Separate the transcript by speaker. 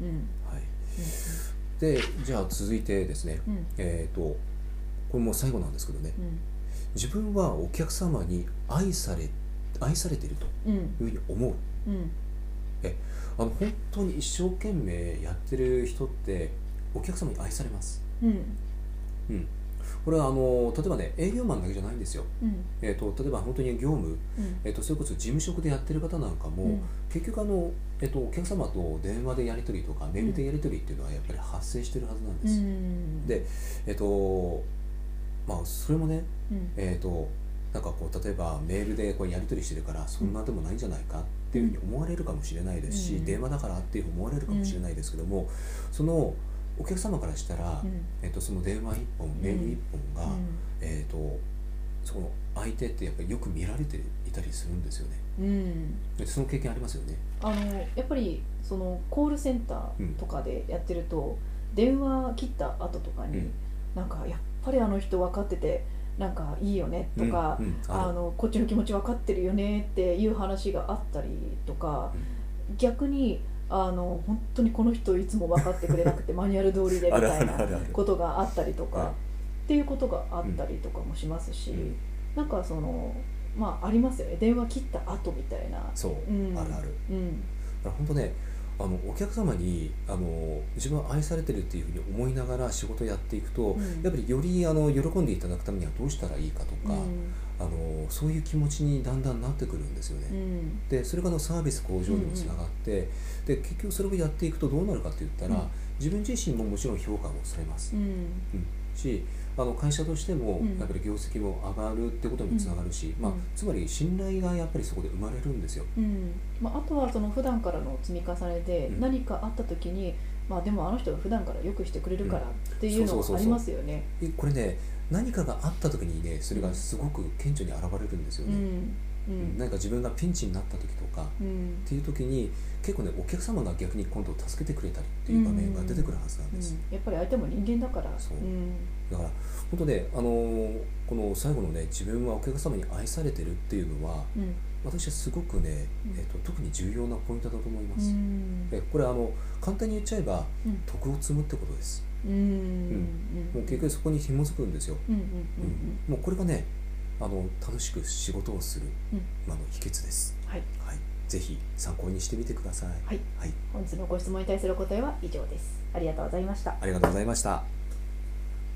Speaker 1: うん
Speaker 2: はい、でじゃあ続いてですね、
Speaker 1: うん
Speaker 2: えっ、とこれもう最後なんですけどね
Speaker 1: うん
Speaker 2: 自分はお客様に愛され愛されていると
Speaker 1: うん
Speaker 2: いうふうに思う
Speaker 1: うん
Speaker 2: あの本当に一生懸命やってる人ってお客様に愛されます
Speaker 1: うん
Speaker 2: これはあの例えばね営業マンだけじゃないんですよ、
Speaker 1: うん
Speaker 2: えー、と例えば本当に業務、
Speaker 1: うん
Speaker 2: えー、とそれこそ事務職でやってる方なんかも、
Speaker 1: うん
Speaker 2: 結局あの、えー、とお客様と電話でやり取りとかメールでやり取りっていうのはやっぱり発生してるはずなんで
Speaker 1: う
Speaker 2: す、
Speaker 1: ん
Speaker 2: でえっ、とまあそれもね
Speaker 1: うん
Speaker 2: えー、となんかこう例えばメールでこうやり取りしてるからそんなでもないんじゃないかっていうふうに思われるかもしれないですし、
Speaker 1: うん
Speaker 2: 電話だからっていうふうに思われるかもしれないですけども、そのお客様からしたら、
Speaker 1: うん
Speaker 2: えー、とその電話1本メール1本が、えー、とそこの相手ってやっぱりよく見られていたりするんですよね。
Speaker 1: うんうん
Speaker 2: でその経験ありますよね。
Speaker 1: あのやっぱりそのコールセンターとかでやってると、電話切った後とかに、
Speaker 2: うん
Speaker 1: なんかやっぱりあの人分かっててなんかいいよねとか、
Speaker 2: うんうんあ
Speaker 1: あ
Speaker 2: る
Speaker 1: のこっちの気持ち分かってるよねっていう話があったりとか逆にあの本当にこの人いつも分かってくれなく てマニュアル通りでみ
Speaker 2: ある
Speaker 1: た
Speaker 2: あ
Speaker 1: い
Speaker 2: るあ
Speaker 1: な
Speaker 2: るある。
Speaker 1: ことがあったりと
Speaker 2: はい
Speaker 1: かっていうことがあったりとかもしますし、
Speaker 2: うん
Speaker 1: なんかそのまあありますよね電話切った後みたいな。
Speaker 2: そう、
Speaker 1: うん
Speaker 2: あるある。
Speaker 1: うん
Speaker 2: だから本当ねあのお客様にあの自分は愛されてるっていうふうに思いながら仕事をやっていくと、
Speaker 1: うん
Speaker 2: やっぱりよりあの喜んでいただくためにはどうしたらいいかとか、
Speaker 1: うん
Speaker 2: あのそういう気持ちにだんだんなってくるんですよね。
Speaker 1: うん
Speaker 2: でそれがあのサービス向上にもつながって、で結局それをやっていくとどうなるかって言ったら、
Speaker 1: うん
Speaker 2: 自分自身ももちろん評価もされます、
Speaker 1: うん
Speaker 2: しあの会社としても
Speaker 1: うん
Speaker 2: やっぱり業績も上がるってことにもつながるし、
Speaker 1: ん
Speaker 2: まあ
Speaker 1: うん、
Speaker 2: つまり信頼がやっぱりそこで生まれるんですよ。
Speaker 1: うんまあ、あとはその普段からの積み重ねで
Speaker 2: うん
Speaker 1: 何かあった時に、まあ、でもあの人が普段からよくしてくれるからっていうの
Speaker 2: そうそうそうそう
Speaker 1: はありますよね。
Speaker 2: でこれね何かがあった時にねそれがすごく顕著に現れるんですよ
Speaker 1: う
Speaker 2: ね、
Speaker 1: んうん
Speaker 2: 何か自分がピンチになった時とかっ
Speaker 1: うん
Speaker 2: ていう時に結構ねお客様が逆に今度助けてくれたりっていう場面が出てくるはずなん
Speaker 1: う
Speaker 2: です、
Speaker 1: んやっぱり相手も人間だから
Speaker 2: そうんだから本当ねあのーこの最後のね自分はお客様に愛されてるっていうのは
Speaker 1: うん
Speaker 2: 私はすごくね、
Speaker 1: うん
Speaker 2: えっと特に重要なポイントだと思いま
Speaker 1: う
Speaker 2: す、
Speaker 1: ん
Speaker 2: えこれあの簡単に言っちゃえば
Speaker 1: うん
Speaker 2: 徳を積むってことです
Speaker 1: うんうん
Speaker 2: もう結局そこに紐づくんですよ
Speaker 1: うんうん
Speaker 2: うんもうこれがねあの楽しく仕事をする、
Speaker 1: うん
Speaker 2: まあの秘訣です、
Speaker 1: はい
Speaker 2: はい、ぜひ参考にしてみてください、
Speaker 1: はい
Speaker 2: はい、
Speaker 1: 本日のご質問に対するお答えは以上です。ありがとうございました。
Speaker 2: ありがとうございました